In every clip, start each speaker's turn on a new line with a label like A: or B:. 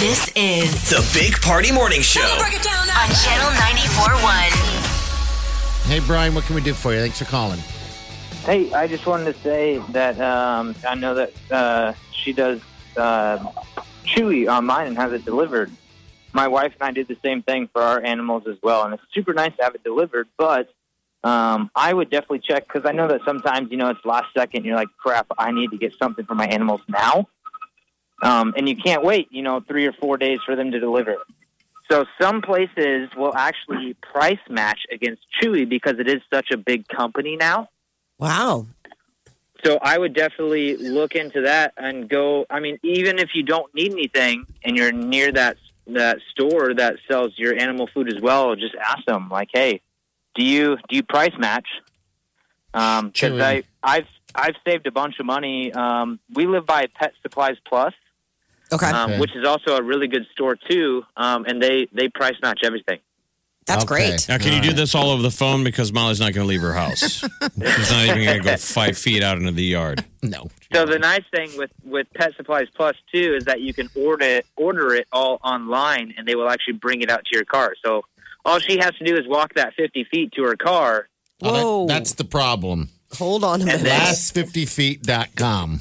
A: This is
B: The Big Party Morning Show.
A: Break it down on Channel 94.1.
C: Hey, Brian, what can we do for you? Thanks for calling.
D: Hey, I just wanted to say that um, I know that uh, she does uh, Chewy on mine and has it delivered. My wife and I did the same thing for our animals as well, and it's super nice to have it delivered. But um, I would definitely check because I know that sometimes you know it's last second. And you're like, crap, I need to get something for my animals now, um, and you can't wait. You know, three or four days for them to deliver. So some places will actually price match against Chewy because it is such a big company now.
E: Wow.
D: So I would definitely look into that and go. I mean, even if you don't need anything and you're near that that store that sells your animal food as well, just ask them like, "Hey, do you do you price match?" Um,
C: Chewy.
D: because I I've I've saved a bunch of money. Um, we live by Pet Supplies Plus,
E: Okay.
D: um,
C: Okay.
D: which is also a really good store too, um, and they they price match everything.
E: That's
C: Okay.
E: great.
F: Now, can you do
C: Alright.
F: this all over the phone? Because Molly's not going to leave her house. She's not even going to go five feet out into the yard.
C: No.
D: So the nice thing with with Pet Supplies Plus too is that you can order order it all online, and they will actually bring it out to your car. So all she has to do is walk that fifty feet to her car.
C: Oh, that-
E: Whoa.
C: that's the problem.
E: Hold on a minute.
C: Last50feet.com.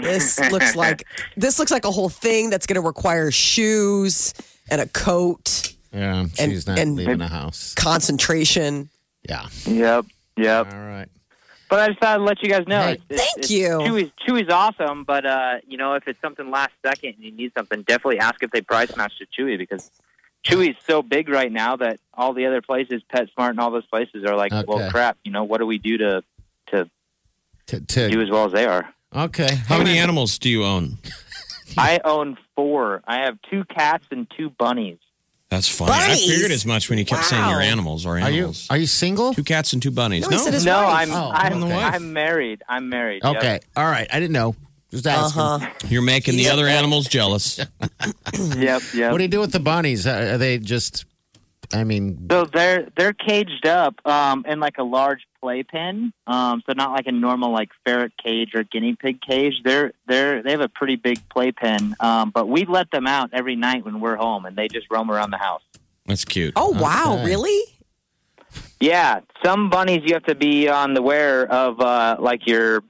E: this looks like this looks like a whole thing that's going to require shoes and a coat,
C: Yeah,
E: And-
C: she's not
E: and-
C: leaving the house.
E: concentration.
C: Yeah.
D: Yep,
C: All
D: yep.
C: right.
D: But I just thought I'd let you guys know.
C: Hey,
D: it's- it's-
E: thank
D: it's-
E: you.
D: Chewy's, Chewy's awesome, but uh, you know if it's something last second and you need something, definitely ask if they price match to Chewy because Chewy's so big right now that all the other places, PetSmart and all those places, are like,
C: Okay.
D: well, crap. You know what do we do to to
C: T-
D: do
C: t-
D: as well as they are?
C: okay.
F: How many animals do you own?
D: I own four. I have two cats and two bunnies.
F: That's funny.
E: Bunnies?
F: I figured as much when you kept saying your
E: Wow.
F: animals or
C: Are you
F: animals.
C: are you single?
F: two cats and two bunnies.
E: No, he said his
D: no,
E: wife.
D: I'm
C: Oh,
D: I'm,
C: okay.
D: I'm married. I'm married. yep.
C: Okay. All right. I didn't know. Just
E: Uh
C: asking.
E: huh.
F: You're making the other animals jealous.
D: Yep. Yep.
C: What do you do with the bunnies? Are are they just? I mean,
D: so they're they're caged up um, in like a large playpen. Um, so not like a normal like ferret cage or guinea pig cage. They're they're they have a pretty big playpen. Um, but we let them out every night when we're home, and they just roam around the house.
F: That's cute.
E: Oh wow,
C: Okay.
E: really?
D: Yeah, some bunnies you have to be on the aware of, uh, like your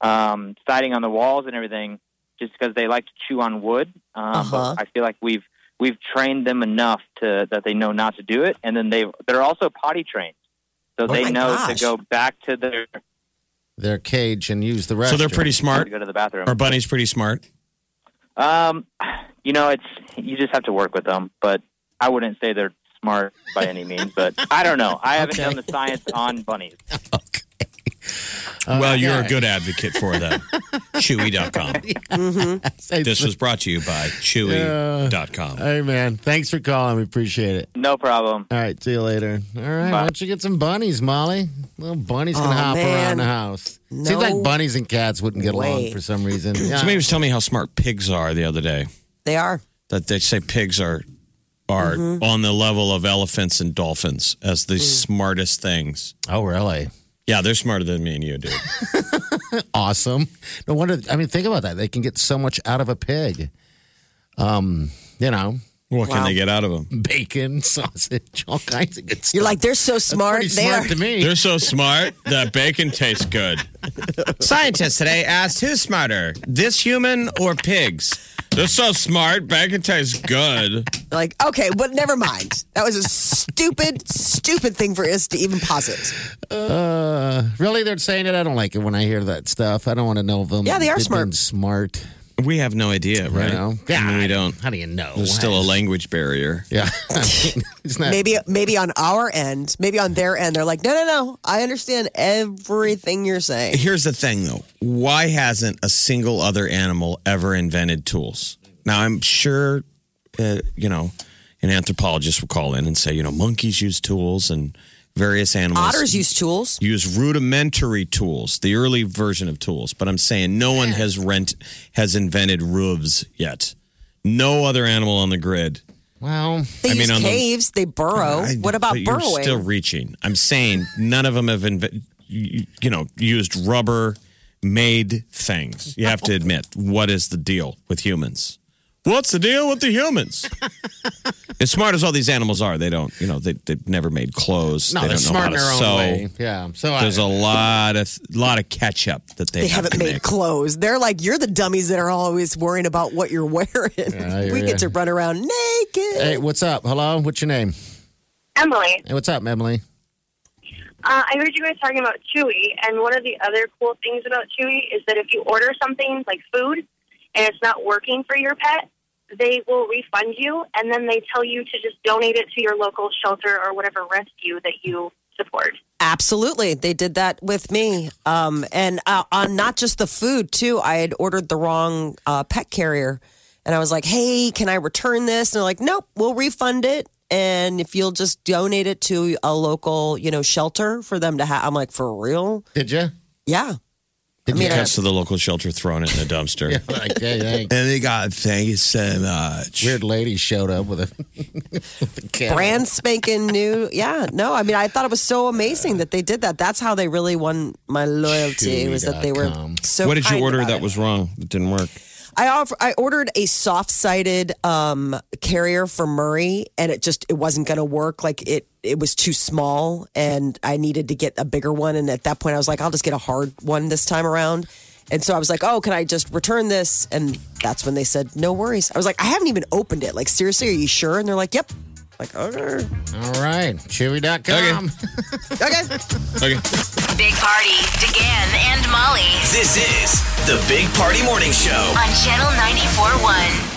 D: um, siding on the walls and everything, just because they like to chew on wood. Um,
E: Uh-huh.
D: But I feel like we've we've trained them enough to that they know not to do it, and then they they're also potty trained, so
E: Oh my
D: they know
E: gosh.
D: to go back to their
C: their cage and use the restroom.
F: so they're pretty
D: to
F: smart.
D: go to the bathroom.
F: Are bunnies pretty smart?
D: Um, you know, it's you just have to work with them, but I wouldn't say they're smart by any means. But I don't know. I haven't
C: Okay.
D: done the science on bunnies.
C: Uh,
F: well, you're a good advocate for them. Chewy.com. This was brought to you by Chewy.com.
C: Hey man, thanks for calling. We appreciate it.
D: No problem.
C: All right, see you later. All right,
D: Bye.
C: why don't you get some bunnies, Molly? Little bunnies can
E: Aw,
C: hop around
E: man.
C: the house.
E: No
C: Seems like bunnies and cats wouldn't get
E: way.
C: along for some reason. Yeah.
F: Somebody was telling me how smart pigs are the other day.
E: They are.
F: That they say pigs are are on the level of elephants and dolphins as the smartest things.
C: oh, really?
F: Yeah, they're smarter than me and you, dude.
C: Awesome. No wonder. I mean, think about that. They can get so much out of a pig. Um, you know,
F: What can
E: Wow.
F: they get out of them?
C: bacon, sausage, all kinds of good stuff.
E: You're like they're so smart.
C: pretty
E: they
C: smart
E: are.
C: to me.
F: They're so smart that bacon tastes good. Scientists today asked who's smarter, this human or pigs? They're so smart, bacon tastes good.
E: Like okay, but never mind. That was a stupid, stupid thing for us to even posit.
C: Uh, really, they're saying it. I don't like it when I hear that stuff. I don't want to know them.
E: Yeah, they are
C: They've been
E: smart.
C: Smart,
F: We have no idea,
C: you
F: right?
C: know.
F: I mean, we
C: God,
F: don't.
C: How do you know?
F: There's still a language barrier.
C: Yeah, I mean, it's not.
E: Maybe, maybe on our end, maybe on their end, they're like, no, no, no. I understand everything you're saying.
F: Here's the thing, though. Why hasn't a single other animal ever invented tools? Now, I'm sure uh, you know, an anthropologist will call in and say, you know, monkeys use tools and various animals
E: Otters use tools.
F: use rudimentary tools, the early version of tools. But I'm saying no one has rent has invented roofs yet. No other animal on the grid.
C: Well,
E: They
F: I
E: use
F: mean, on the-
E: caves. they burrow.
F: I-
E: what about
F: but you're
E: burrowing?
F: Still reaching. I'm saying none of them have inve- you, you know used rubber made things. You have to admit, what is the deal with humans? What's the deal with the humans? as smart as all these animals are, they don't. You know, they they've never made clothes.
C: no,
F: they
C: they are
F: don't know
C: smart
F: how
C: in
F: to
C: their own
F: sew.
C: way. Yeah. So I,
F: There's a lot of lot of catch up that they,
E: they
F: have to
E: haven't made
F: make.
E: clothes. They're like you're the dummies that are always worrying about what you're wearing.
C: I
E: we
C: hear
E: get
C: ya.
E: to run around naked.
C: Hey, what's up? Hello, what's your name?
G: Emily,
C: Hey, what's up, Emily?
G: uh, I heard you guys talking about Chewy, and one of the other cool things about Chewy is that if you order something like food and it's not working for your pet, they will refund you, and then they tell you to just donate it to your local shelter or whatever rescue that you support.
E: Absolutely. They did that with me. Um, and uh, on not just the food, too. I had ordered the wrong uh, pet carrier. And I was like, hey, can I return this? And they're like, nope, we'll refund it. And if you'll just donate it to a local, you know, shelter for them to have. I'm like, for real?
C: Did you?
E: Yeah.
C: Did you?
F: Cuts to the local shelter, throwing it in a dumpster.
C: Yeah, like, hey, hey.
F: And they got uh, thank you so much.
C: Weird lady showed up with a, with a camera.
E: Brand spanking new. Yeah. No, I mean, I thought it was so amazing that they did that. That's how they really won my loyalty was that they were
C: Chewy.com.
E: so.
F: what did you
E: kind
F: order
E: about
F: that
E: it.
F: was wrong? That didn't work.
E: I off I ordered a soft-sided um, carrier for Murray, and it just it wasn't going to work. Like it it was too small, and I needed to get a bigger one. And at that point, I was like, I'll just get a hard one this time around. And so I was like, Oh, can I just return this? And that's when they said, No worries. I was like, I haven't even opened it. Like seriously, are you sure? And they're like, Yep. Like okay,
C: All right, Chewy.com.
E: okay.
F: Okay.
A: Big Party, DeGan and Molly
B: This is the Big Party Morning Show.
A: on Channel 94.1.